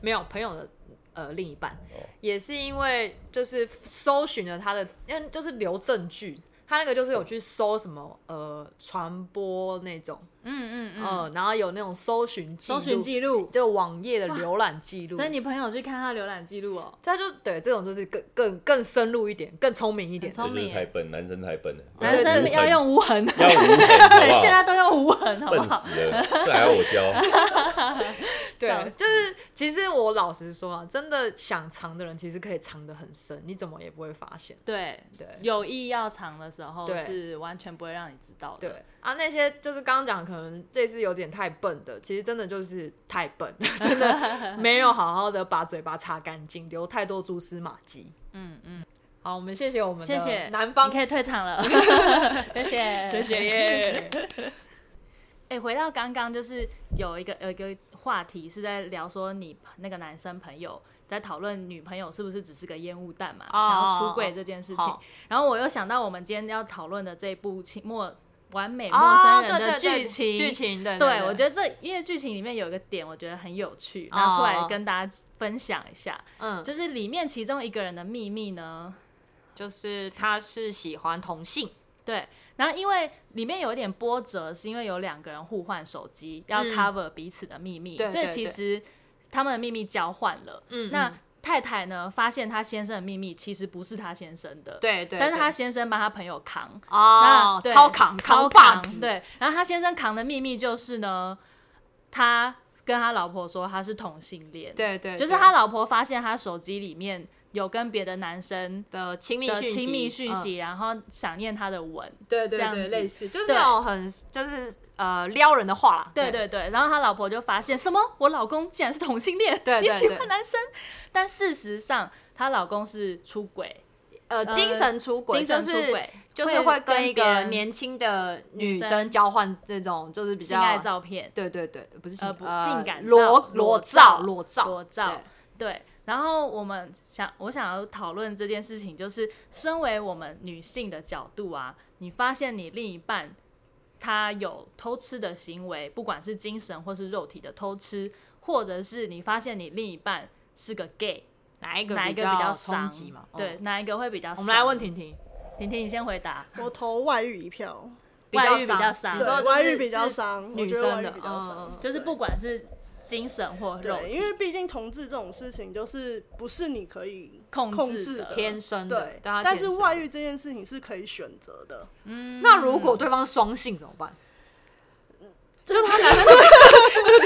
没有朋友的呃另一半
哦，
也是因为就是搜寻了他的，因为就是留证据，他那个就是有去搜什么呃传播那种，
嗯嗯嗯，
呃，然后有那种搜寻记
搜寻记录。
就网页的浏览记录，
所以你朋友去看他浏览记录哦，
他就对这种就是更更更深入一点，更聪明一点
很。
这
聪
就是
明
太
耶。
笨，男生太笨了。
男生要用无痕，
要无
[LAUGHS]
痕，
对，
好
现在
不
都用无痕，好
好？
不
笨
好？
死了，这还要我教？
对
笑，死
就是其实我老实说啊，真的想藏的人其实可以藏得很深，你怎么也不会发现。
对
对
有意要藏的时候
对
是完全不会让你知道的。
对啊，那些就是刚刚讲，可能类似有点太笨的，其实真的就是太笨， [LAUGHS] 真的没有好好的把嘴巴擦干净，留太多蛛丝马迹。嗯嗯，好，我们谢谢我们的
谢谢
南方，
你可以退场 [LAUGHS] 了，谢谢，
谢 [LAUGHS] 谢耶。
哎、回到刚刚，就是有一个有一个话题是在聊说你那个男生朋友在讨论女朋友是不是只是个烟雾弹嘛
哦
想要出柜这件事情。
好
然后我又想到我们今天要讨论的这部《情陌完美陌
哦，
生
对
人》
对
的
对
剧情，
剧情对
对，我
得
觉得这因为剧情里面有一个点，我觉得很有趣，
哦
拿出来跟大家分享一下。
嗯，
就是里面其中一个人的秘密呢，
就是他是喜欢同性，
对，然后因为里面有一点波折，是因为有两个人互换手机，要
嗯
cover 彼此的秘密，
对
所以
对
其
对
实他们的秘密交换了。
嗯
那
嗯
太太呢，发现她先生的秘密其实不是她先生的，
对对，
但是她
对
先生帮她朋友扛，
哦
那
超扛
超
把
扛
子，
对，然后她先生扛的秘密就是呢，他跟他老婆说他是同性恋，，
对对，
就是
对
他老婆发现他手机里面有跟别的男生。
的亲密
的
讯息
亲密讯
嗯
息，然后想念他的吻，
对对
这样
对，
子
类似就是
对
那种很就是呃撩人的话啦，
对对对，然后他老婆就发现什么，我老公竟然是同性恋，
对对
你喜
对
欢男生，但事实上她老公是出轨，
呃，
呃
精神出轨，
精神出
就是
轨，
就是会跟
跟
一
别
个
人
年轻的女
女
生
生
交换这种，就是比
性
较
爱照片，
对对对，不是性
呃不性感照
裸
裸
照
照
裸照
裸照对。然后我们想，我想要讨论这件事情，就是身为我们女性的角度啊，你发现你另一半他有偷吃的行为，不管是精神或是肉体的偷吃，或者是你发现你另一半是个 gay，
哪一个
哪一个
比
较
冲
伤
击嘛？？哦
对，，哪一个会比较伤？
我们来问婷婷，
婷婷，你先回答。
我投外遇一票，
比较
外遇比较
伤你
伤
对
说就是
外遇比较伤
是
我
女
觉得
生
外遇
的，
比较伤
嗯嗯嗯
就是不管是精神或肉
对，
体
因，为毕竟同志这种事情就是不是你可以
控制
控制
的
的，
嗯天生的
对，，
大家
但
天
是
生
外
的。
遇这件事情是可以选择的，
那如果对方双性怎么办？
嗯
就是他男生就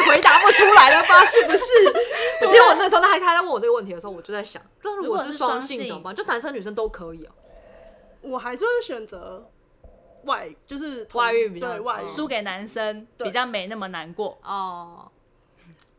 是回答不出来了吧？是不
[LAUGHS]
是？
啊
其实我那时候他还他在问我这个问题的时候，我就在想，那如
如
果
果
是
是
双
双
性
性
怎么办？就男生女生都可以哦。
我还是会选择外，就是同
外遇比较
对外遇
嗯
输给男生
对
比较没那么难过。
哦，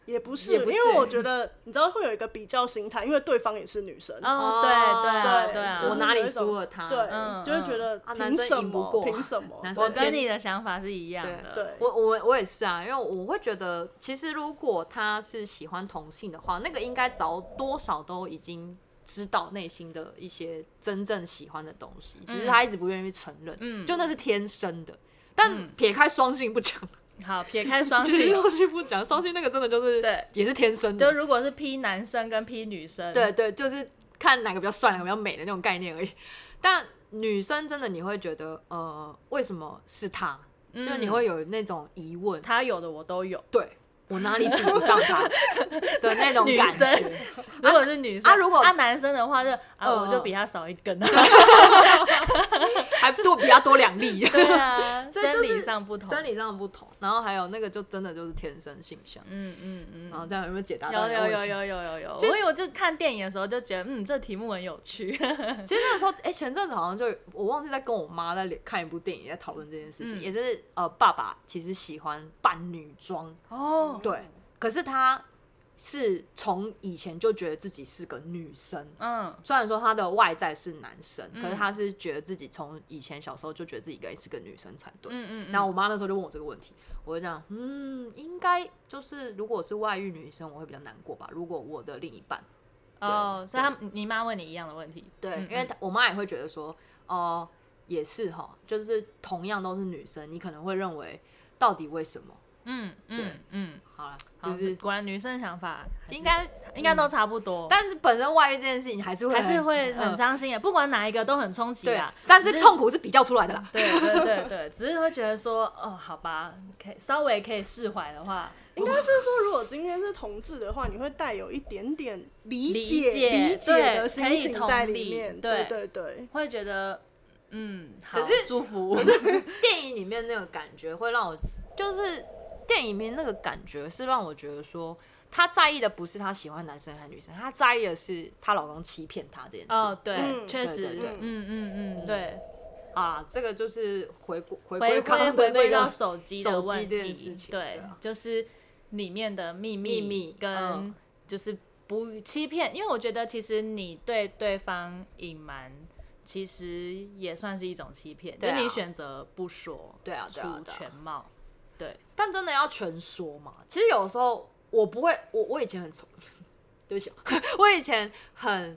也不是，
也不是
因为我觉得你知道会有一个比较心态，因为对方也是女生，
哦，对对啊，
对
对啊，
就
我
是
我
哪里
有一种
输了他？
对，
嗯
就会觉得
啊男
凭
生
什
赢不
么？
过
凭什
[LAUGHS]
么？
男生
我跟你的想法是一样的。
对
我我我也是啊，因为我会觉得，其实如果他是喜欢同性的话，那个应该早多少都已经知道内心的一些真正喜欢的东西，只是他一直不愿意承认，
嗯
就那是天生的。但撇开双性不讲，
好，撇
[LAUGHS]
开双
就是
性，
双性不讲，双性那个真的就是
对，
也是天生
就
的，
如果是 P 男生跟 P 女生，
对对，就是看哪个比较帅，哪个比较美的那种概念而已。但女生真的你会觉得，呃，为什么是他？就是你会有那种疑问，
他有的我都有。
对我哪里比不上他的那种感
女生
觉。
如果是女生，
啊如果
他男生的话就啊，
嗯
我就比他少一根。啊
还多比他多两粒，
对 [LAUGHS] 啊，
这就
生
是
理上不同。
[LAUGHS] 生理上的不同，然后还有那个就真的就是天生性向，
嗯嗯嗯，
然后这样有没有解答到
有
你的问
有
题？
有有有有有，我有就看电影的时候就觉得，嗯，这题目很有趣。
[LAUGHS] 其实那个时候，哎、前阵子好像就我忘记在跟我妈在看一部电影，在讨论这件事情，
嗯
也是呃，爸爸其实喜欢扮女装，
哦，
对，可是他是从以前就觉得自己是个女生，
嗯，
虽然说他的外在是男生，
嗯
可是他是觉得自己从以前小时候就觉得自己应该是个女生才对。
嗯嗯，
然后我妈那时候就问我这个问题，我就讲，嗯，应该就是如果是外遇女生，我会比较难过吧。如果我的另一半，
哦，
对
所以他你妈问你一样的问题，
对，
嗯
因为她我妈也会觉得说，哦、也是哈，就是同样都是女生，你可能会认为到底为什么？
嗯
对
嗯嗯，
好了，
就
就是是
果然女生的想法还是
应该，
应该都差不多，
但是本身外遇这件事情还是会
还是会
很
很
伤，
伤心的，不管哪一个都很冲击
嗯对
啦。，
但是
只
痛苦是比较出来的啦。
对对对对， [LAUGHS] 只是会觉得说，哦，好吧，可以稍微可以释怀的话，
应该是说，如果今天是同志的话，你会带有一点点理
理
解
解
理
对
的
可
心
以
情
同
在里
理
面。
对
对对，
会觉得，嗯，好
可是
祝福，嗯
[LAUGHS] 电影里面那个感觉会让我，就是电影里面那个感觉是让我觉得说，她在意的不是她喜欢男生还是女生，她在意的是她老公欺骗她这件事。
哦，对，
嗯
确
对
实
对
对，
嗯嗯嗯，对，
啊，这个就是回归回
回
归刚
归
刚
回
的那
归到
个
手机
手
的
机
问
这件
题
事情对
对
啊，
就是里面的秘
秘
密
密嗯
跟就是不欺骗，因为我觉得其实你对对方隐瞒，其实也算是一种欺骗，
对啊
就你选择不说，
对啊对啊
出
对啊
全貌，对，
但真的要全说嘛？其实有时候我不会，我我以前很从， [LAUGHS] 对不起， [LAUGHS] 我以前很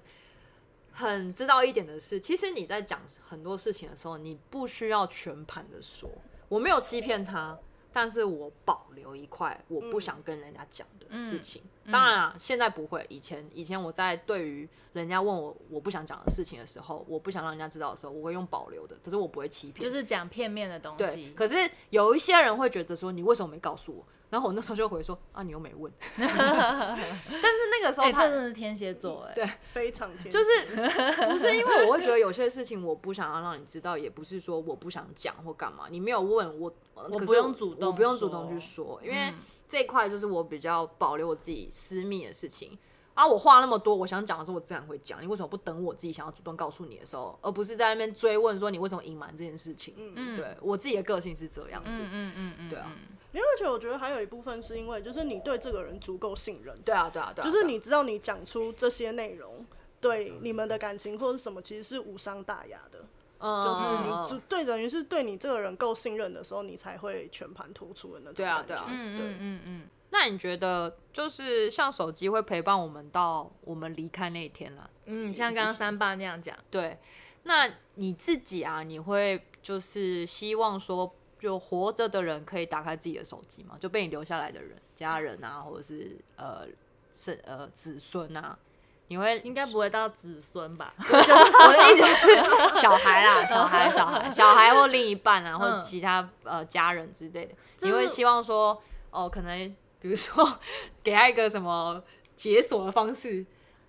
很知道一点的是，其实你在讲很多事情的时候，你不需要全盘的说。我没有欺骗他，但是我保留一块我不想跟人家讲的事情。当然啊，现在不会。以前以前我在对于人家问我我不想讲的事情的时候，我不想让人家知道的时候，我会用保留的，可是我不会欺骗。
就是讲片面的东
对
西，，
可是有一些人会觉得说，你为什么没告诉我？然后我那时候就回说，啊，你又没
[LAUGHS]
问。但是那个时候
哎，这
他、嗯
真的是天蝎座，哎，
对
非常天
就是不是因为我会觉得有些事情我不想要让你知道，也不是说我不想讲或干嘛，你没有问我，我
我不用主动
我不用主
说
动去说，因为
嗯
这一块就是我比较保留我自己私密的事情。啊，我话那么多，我想讲的时候我自然会讲。你为什么不等我自己想要主动告诉你的时候，而不是在那边追问说你为什么隐瞒这件事情？
嗯
对我自己的个性是这样子。
嗯嗯嗯嗯，
对啊
嗯，
因为而且我觉得还有一部分是因为，就是你对这个人足够信任，
对啊，对啊，对啊，
就
对
是
啊
你知道你讲出这些内容，对你们的感情或者什么，其实是无伤大雅的。就是你
嗯
只对等于是对你这个人够信任的时候，你才会全盘托出的那种
对啊
感觉
对啊
嗯嗯
对，
嗯嗯，
那你觉得，就是像手机会陪伴我们到我们离开那一天啦？
嗯，像刚刚三爸那样讲。
对，那你自己啊，你会就是希望说，就活着的人可以打开自己的手机嘛？就被你留下来的人，家人啊，或者是呃是呃子孙啊，
你会
应该不会到子孙吧？
就是我的意思是
[LAUGHS]
小孩啦，小孩、小孩、小孩或另一半啊，或者
嗯
其他呃家人之类的，
这
你会
是
希望说哦，可能比如说 [LAUGHS] 给他一个什么解锁的方式，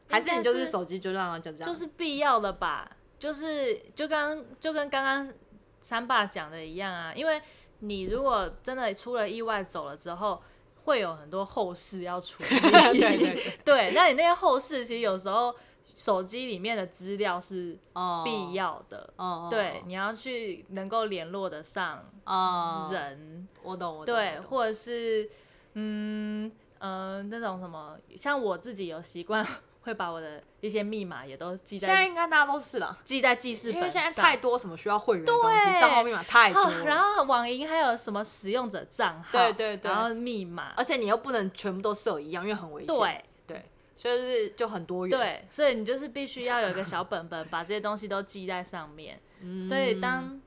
还是你就是
是
手机就让他讲这样，
就是必要的吧，就是就刚就跟刚刚三爸讲的一样啊，因为你如果真的出了意外走了之后，会有很多后事要处理。
[LAUGHS] [LAUGHS] 对对对，
对那你那些后事其实有时候手机里面的资料是
哦
必，要的，
哦，
对，你要去能够联络得上
哦，哦，
人，
我懂我懂，
对，
我懂
或者是嗯嗯、呃那种什么，像我自己有习惯 [LAUGHS] 会把我的一些密码也都记
现在
在
应该大家都是啦，
记在记事
因
本
为
上，
现在太多什么需要会员的东西，
对
账号密码太多
啊
了，
然后网银还有什么使用者账号，
对对对
然后密码
而，且你又不能全部都设一样，因为很危险。
对
对，所以就是就很多元。，
对，所以你就是必须要有一个小本本，把这些东西都记在上面。所以当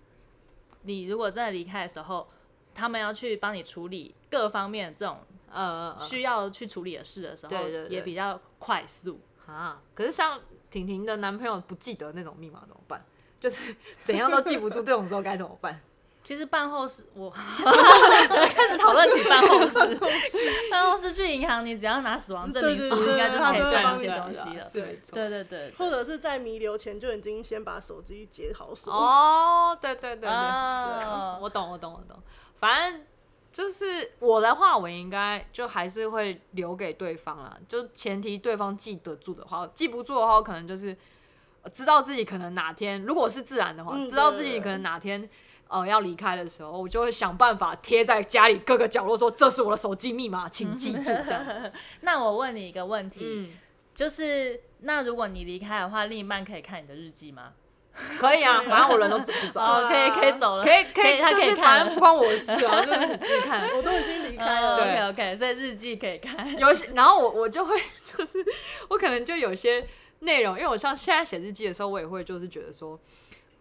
你如果真的离开的时候，他们要去帮你处理各方面这种
嗯
呃
需要去处理的事的时候，
对对对
也比较快速。
啊，可是像婷婷的男朋友不记得那种密码怎么办？ [LAUGHS] 就是怎样都记不住，这种时候该怎么办？
其实办后事， [LAUGHS] 我开始讨论起办后事。 [LAUGHS] 办后事去银行，你只要拿死亡证明
对对
书，
[LAUGHS] 对
应该就
对
是
他
可以
就会
办
帮
这
你
些
记
东西了。
是没错。
对对对，
或者是在弥留前就已经先把手机解好锁。
哦，对对对对，
哦，
我懂我懂我懂，反正。就是我的话，我应该就还是会留给对方啦。就前提对方记得住的话，记不住的话，我可能就是呃知道自己可能哪天，如果是自然的话，
嗯
知道
对
自己
对
可能哪天呃要离开的时候，我就会想办法贴在家里各个角落，说这是我的手机密码，请记住这样子。
那我问你一个问题，
嗯，
就是那如果你离开的话，另一半可以看你的日记吗？
可以啊，反正我人都不走，
哦，可以，可以走了，
啊可以可
可
以，
他
就
可以
是
看
反
了
正不关我的事啊，就是你自己看。
我都已经离开
哦
了，
对
OK OK，所以日记可以看。
有一些，然后我我就会 [LAUGHS] 就是我可能就有些内容，因为我像现在写日记的时候，我也会就是觉得说，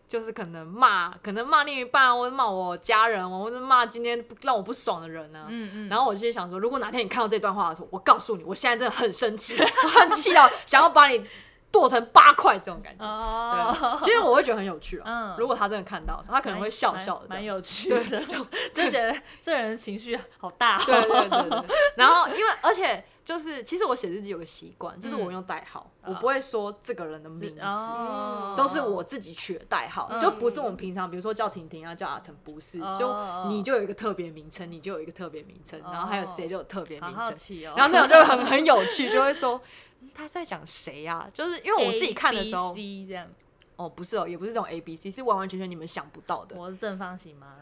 就是可能骂，可能骂另一半，或者骂我家人，或者骂今天不让我不爽的人啊。
嗯嗯，
然后我就想说，如果哪天你看到这段话的时候，我告诉你，我现在真的很生气，我很气到想要把你剁成八块这种感觉。
哦，
对，其实我会觉得很有趣啊。
嗯
如果他真的看到的时候，他可能会笑
蛮
笑的这样，
蛮有趣的，就觉得这人情绪好大哦。
对对对对。然后因为而且就是，其实我写日记有个习惯，就是我用代号，
嗯
我不会说这个人的名字。
哦，
都是我自己取的代号，
嗯
就不是我们平常，比如说叫婷婷啊，叫阿成，不是，
哦
就你就有一个特别名称，你就有一个特别名称，
哦
然后还有谁就有特别
好
名
好
称，
奇哦。
然后那种就很很有趣，就会说嗯他是在讲谁呀？就是因为我自己看的时
A
候
B，C 这样，
哦，不是哦，也不是这种 A B C，是完完全全你们想不到的，
我是正方形吗？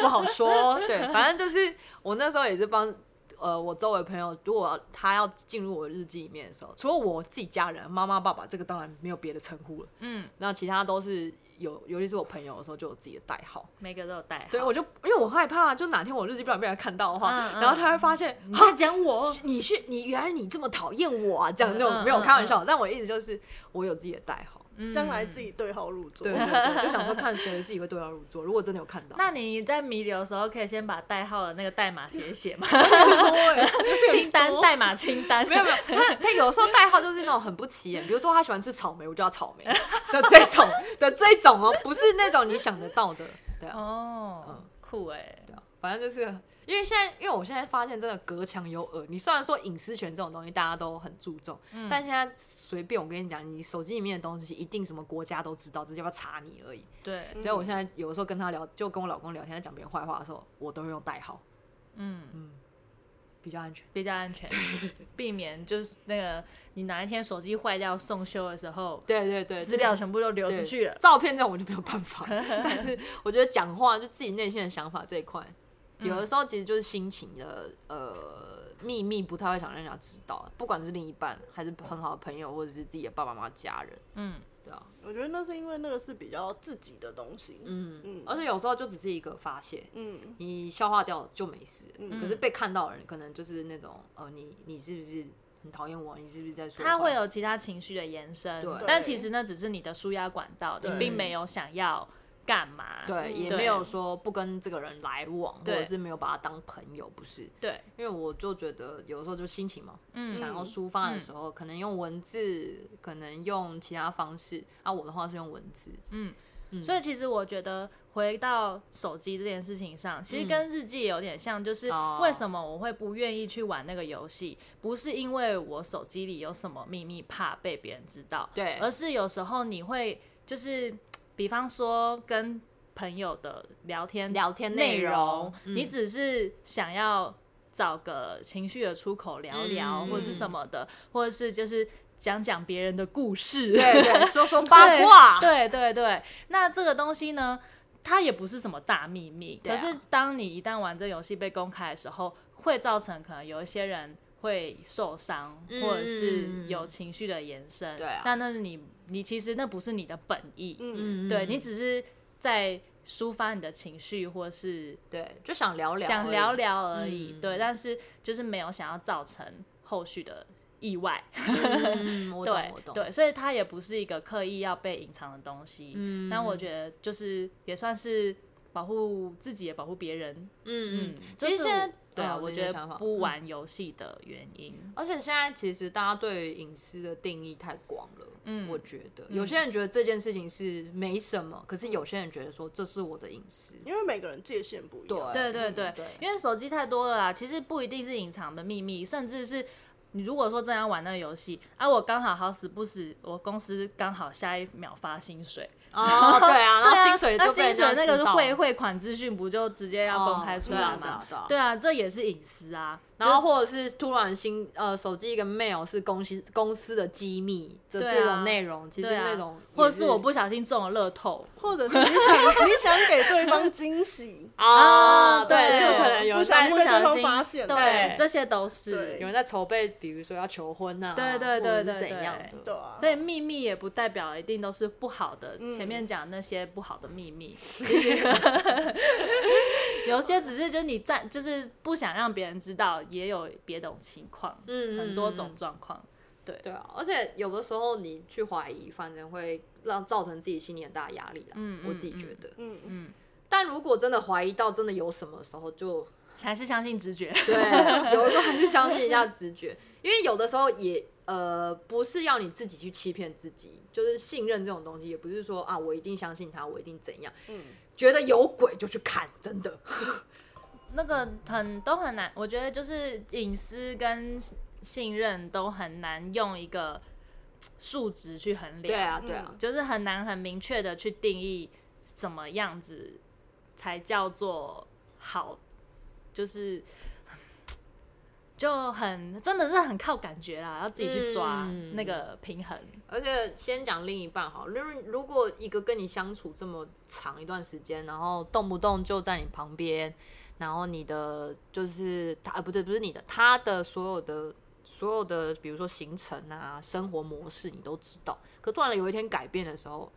不好说。对，反正就是我那时候也是帮呃我周围朋友，如果他要进入我日记里面的时候，除了我自己家人、妈妈、爸爸，这个当然没有别的称呼了。
嗯，
那其他都是有，尤其是我朋友的时候，就有自己的代号。
每个都有带。
对，我就因为我害怕，就哪天我日记不然被人看到的话，
嗯嗯
然后他会发现，
你
哈
在讲
[LAUGHS]
我，
你是你原来你这么讨厌我啊，这样
嗯
那种
嗯
没有
嗯
开玩笑，但我一直就是我有自己的代号。
将来自己对号入座。
对对对，就想说看谁自己会对号入座。如果真的有看到，
那你在弥留的时候，可以先把代号的那个代码写一写吗？
对
[LAUGHS] 清 [LAUGHS] 单代码清单，
[LAUGHS] 没有没有，他他有时候代号就是那种很不起眼，比如说他喜欢吃草莓，我就要草
[LAUGHS]
莓的这种的这种哦，不是那种你想得到的，对啊，
[LAUGHS] 哦，酷哎，
对啊，反正就是因为现在，因为我现在发现真的隔墙有耳，你虽然说隐私权这种东西大家都很注重，
嗯
但现在随便我跟你讲，你手机里面的东西一定什么国家都知道，只是要不要查你而已。
对，
所以我现在有的时候跟他聊，就跟我老公聊天，在讲别人坏话的时候，我都会用代号，
嗯，
比较安全。
比较安全，避免就是那个你哪一天手机坏掉送修的时候，
对对对，
资
这
料
叫
全部都流出去了。
照片这种我就没有办
[LAUGHS]
法，但是我觉得讲话就自己内心的想法这一块，
嗯
有的时候其实就是心情的呃秘密，不太会想让人家知道，不管是另一半，还是很好的朋友，或者是自己的爸爸妈妈、家人，
嗯，
对啊，
我觉得那是因为那个是比较自己的东西。
嗯
嗯
而且有时候就只是一个发泄，
嗯，
你消化掉就没事了，可是被看到的人可能就是那种呃，你你是不是很讨厌我？你是不是在说我坏
它
话？
会有其他情绪的延伸
对，
但其实那只是你的舒压管道，你
对
并没有想要干嘛，
对，也
嗯对
没有说不跟这个人来往，或者
对
是没有把他当朋友，不是？
对，
因为我就觉得有时候就心情嘛，
嗯
想要抒发的时候，可能用文字，可能用其他方式。啊，我的话是用文字，
所以其实我觉得回到手机这件事情上，其实跟日记有点像，就是
嗯哦
为什么我会不愿意去玩那个游戏，不是因为我手机里有什么秘密怕被别人知道，
对
而是有时候你会就是，比方说跟朋友的聊天
聊天
内
内容嗯
你只是想要找个情绪的出口聊聊，
嗯
或者是什么的，或者是就是讲讲别人的故事，
对对，说说八卦，
对对对，那这个东西呢，它也不是什么大秘密。
对啊
可是当你一旦玩这游戏被公开的时候，会造成可能有一些人会受伤，
嗯
或者是有情绪的延伸。
对啊
那那是你你其实那不是你的本意，
嗯，
嗯，
对你只是在抒发你的情绪，或是
对，就想聊聊，
想聊，聊而已。
嗯
对，但是就是没有想要造成后续的意外。
嗯，我懂
对
我懂，
对，所以它也不是一个刻意要被隐藏的东西。嗯，但我觉得就是也算是保护自己，也保护别人。
嗯嗯
嗯，，
其实
这是
现在
我对啊，
哦
我
你
觉
的
得
想法
不
嗯哦
玩游戏的原因。
而且现在其实大家对于隐私的定义太广了，
嗯
我觉得有些人觉得这件事情是没什么，可是有些人觉得说这是我的隐
[LAUGHS]
私，
因为每个人界限不一样，
对对
嗯
对，
对
因为手机太多了啦，其实不一定是隐藏的秘密，甚至是你如果说真要玩那个游戏，啊，我刚好好死不死，我公司刚好下一秒发薪水，
哦，对啊，然
对
后
啊
薪水
那
就被
薪水
人家
那个
知
是
道
汇汇款资讯，不就直接要公开出
哦对
来
啊对
吗
啊对啊？
对啊，这也是隐私啊。
然后或者是突然新呃手机一个 mail 是公司公司的机密的
对啊
这种内容，其实
对啊
那种也
或者是我不小心中了乐透，
或者是你想你想给对方惊喜，
啊，对，
对
就可能有
不
人
小
在
心被对方发现了，
对
对，
这些都是
对
有。人在筹备，比如说要求婚啊，
对对对
或者
对
是
对
怎样的，
对啊，
所以秘密也不代表一定都是不好的。
嗯
前面讲那些不好的秘
[LAUGHS]
密， [LAUGHS] 其实有些只是就是你在就是不想让别人知道，也有别种情况，
嗯
很多。
嗯嗯
种状况。
对啊，而且有的时候你去怀疑，反正会让造成自己心里很大的压力啦。
嗯
我
嗯
自己
嗯
觉得。
嗯嗯，
但如果真的怀疑到真的有什么的时候就，
还是相信直觉，
[LAUGHS] 对，有的时候还是相信一下直觉，因为有的时候也呃不是要你自己去欺骗自己，就是信任这种东西，也不是说啊我一定相信他，我一定怎样，
嗯
觉得有鬼就去看，真的。
那个很都很难。我觉得就是隐私跟信任都很难用一个数值去衡量。
对啊，对啊，
就是很难很明确的去定义怎么样子才叫做好，就是就很真的是很靠感觉啦，要自己去抓
嗯
那个平衡。
而且先讲另一半好，如如果一个跟你相处这么长一段时间，然后动不动就在你旁边，然后你的就是他，呃，不对，不是你的，他的所有的所有的，比如说行程啊、生活模式，你都知道。可突然有一天改变的时候，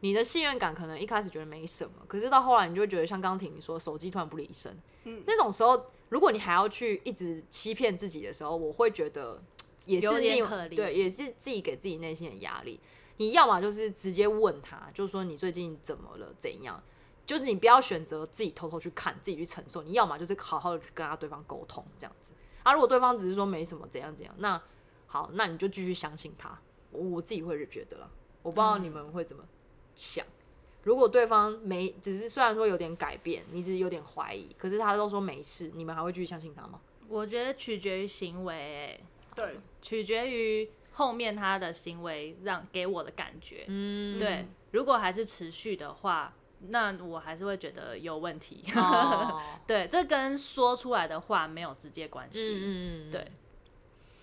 你的信任感可能一开始觉得没什么，可是到后来你就会觉得，像刚婷你说，手机突然不离身，
嗯
那种时候，如果你还要去一直欺骗自己的时候，我会觉得也是
有点
另
可怜
对，也是自己给自己内心的压力。你要么就是直接问他，就说你最近怎么了，怎样？就是你不要选择自己偷偷去看，自己去承受。你要么就是好好的去跟他对方沟通这样子。啊，如果对方只是说没什么怎样怎样，那好，那你就继续相信他。我我自己会觉得啦，我不知
嗯
道你们会怎么想。如果对方没，只是虽然说有点改变，你只是有点怀疑，可是他都说没事，你们还会继续相信他吗？
我觉得取决于行为、欸，
对，
取决于后面他的行为让给我的感觉。
嗯，
对，如果还是持续的话，那我还是会觉得有问题。
哦，
[LAUGHS] 对，这跟说出来的话没有直接关系。
嗯嗯，嗯
对，，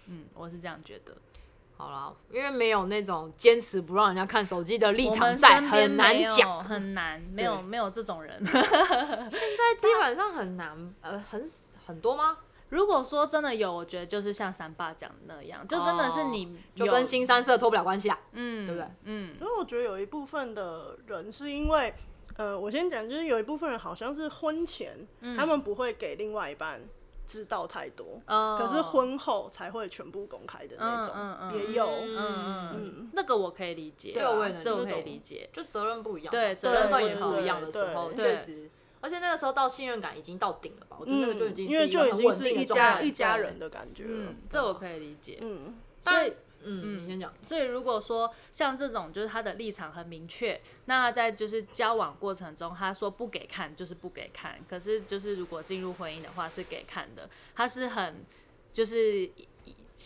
嗯，我是这样觉得。
好啦，因为没有那种坚持不让人家看手机的立
我
场
们
在，
身边
很难
没有
讲。，
很难，没有没有这种人。 [LAUGHS]
现在基本上很难，呃，很很多吗？
如果说真的有，我觉得就是像三爸讲的那样，就真的是你
哦就
有
跟新三社脱不了关系啦。
嗯，
对不对？
嗯，
因为我觉得有一部分的人是因为，呃，我先讲，就是有一部分人好像是婚前、他们不会给另外一半知道太多，
嗯
可是婚后才会全部公开的那种，
嗯嗯嗯
也有。
嗯嗯
嗯，
那个我可以理解，
这个我也能
这我
理
可以
解
理解。
就责任不一样嘛，
对责
身
任
份
不
也
同
不一样的时候，
对
确实，而且那个时候到信任感已经到顶了吧？我觉得那个就已经
嗯因为
一个
就已
很
经
稳
是
定的
一
状态
家
了，
一家
对
人。的感觉了
嗯。，这
啊
我可以理解。
嗯，
所以，
嗯，你先讲，
所以如果说像这种，就是他的立场很明确，那他在就是交往过程中，他说不给看就是不给看，可是就是如果进入婚姻的话是给看的，他是很就是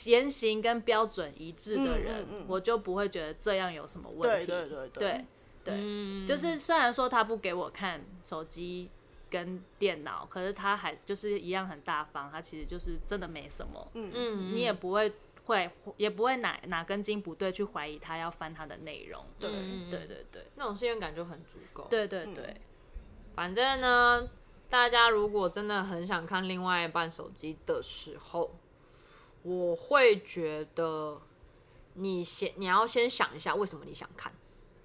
言行跟标准一致的人，
嗯嗯嗯
我就不会觉得这样有什么问
对
题。
对对对
对，对
嗯
就是虽然说他不给我看手机跟电脑，可是他还就是一样很大方，他其实就是真的没什么，
嗯，
嗯，
你也不会会也不会哪哪根筋不对去怀疑他要翻他的内容。
对，
嗯
对对对
那种信任感就很足够。，
对
嗯
对对，
反正呢，大家如果真的很想看另外一半手机的时候，我会觉得你先你要先想一下为什么你想看，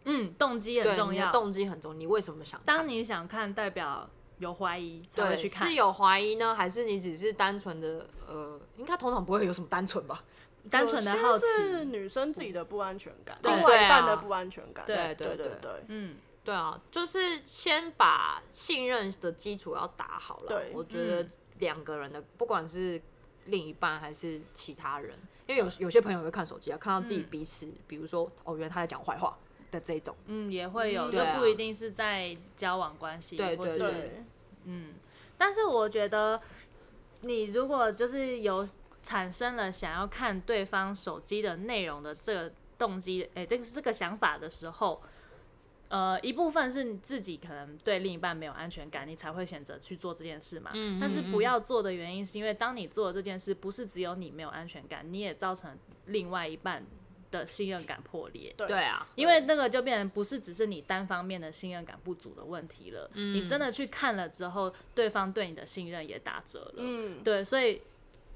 嗯，动机很
对，
重
你的
要。
动机很重要，你为什么想看？
当你想看，代表有怀疑才会
对
去看
是。有怀疑呢，还是你只是单纯的呃，应该通常不会有什么单纯吧？
单纯的好奇
有些是女生自己的不安全感，
对
另外一半
对啊
的不安全感。
对
对
对
对
对，
嗯，
对啊，就是先把信任的基础要打好了
对。
我觉得
嗯
两个人的，不管是另一半还是其他人，因为有有些朋友会看手机啊，看到自己
嗯
彼此，比如说哦，原来他在讲坏话的这一种，
嗯，也会有，
嗯
就
对啊
不一定是在交往关系，
对
或
对
是
对，
嗯，但是我觉得你如果就是有产生了想要看对方手机的内容的这个动机，哎、这个这个想法的时候。呃，一部分是你自己可能对另一半没有安全感，你才会选择去做这件事嘛。
嗯
但是
嗯
不要做的原因是因为，当你做了这件事，不是只有你没有安全感，你也造成另外一半的信任感破裂。
对
对啊，
因为那个就变成不是只是你单方面的信任感不足的问题了，你真的去看了之后，对方对你的信任也打折了。
嗯，
对，所以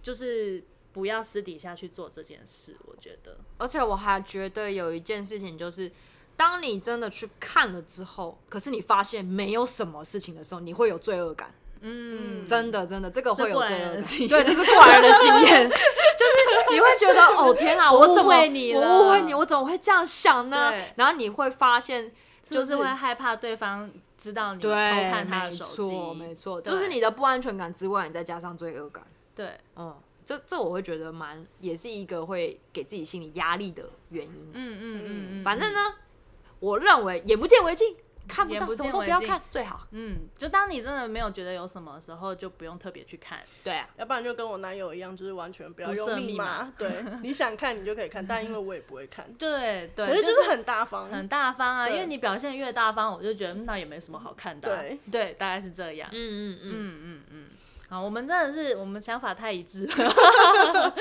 就是不要私底下去做这件事，我觉
[LAUGHS]
得。
而且我还觉得有一件事情就是。当你真的去看了之后，可是你发现没有什么事情的时候，你会有罪恶感。
嗯，
真的真的，这个会有
过
这
来人
个
的经
对，这是过来人的经验，就是你会觉得哦天啊，我怎么
误会你了
我误会你，我怎么会这样想呢
对？
然后你会发现，
就
就是
是会害怕对方知道你偷
对，
看他的手
没
机，
错没错，
对
就是你的不安全感之外，你再加上罪恶感，
对，
嗯，这这我会觉得蛮也是一个会给自己心理压力的原因。
嗯嗯嗯嗯，
反正呢，我认为眼不见为净，看不
眼
到
不
什么
见
都
为
不要
净
看最好。
嗯，就当你真的没有觉得有什么的时候，就不用特别去看。
对啊，
要不然就跟我男友一样，就是完全不要
不设
用
密
密
码
码。对，你想看你就可以看，但因为我也不会看，
对对，
可是
就
就是很大方，
很大方啊，
对
因为你表现越大方，我就觉得嗯那也没什么好看的啊、
对
大概是这样。嗯
嗯嗯嗯，
嗯嗯，好，我们真的是我们想法太一致 [LAUGHS] 了，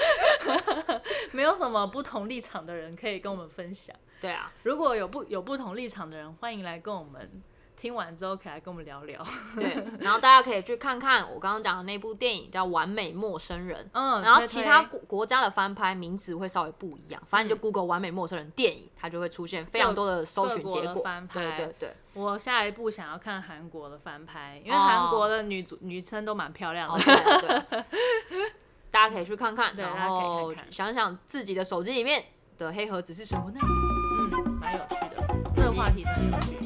没有什么不同立场的人可以跟我们分享。
对啊，
如果有不有不同立场的人，欢迎来跟我们听完之后可以来跟我们聊 [LAUGHS] 聊。
对，然后大家可以去看看我刚刚讲的那部电影叫《完美陌生人》，
嗯，
然后
推
其
推嗯
他国国家的翻拍名字会稍微不一样，反正你就 Google 完美陌生人电影，它就会出现非常多的搜寻
各国
结
的
果
翻。
对
拍
对对，
我下一步想要看韩国的翻拍，因为
哦
韩国的女主、女生都蛮漂亮
哦
的。
对对， [LAUGHS] 大家可以去看看，
对
然
大家可以看
后
看
想想自己的手机里面的黑盒子是什么呢？
嗯，蛮有趣的，这个话题真的有趣。哦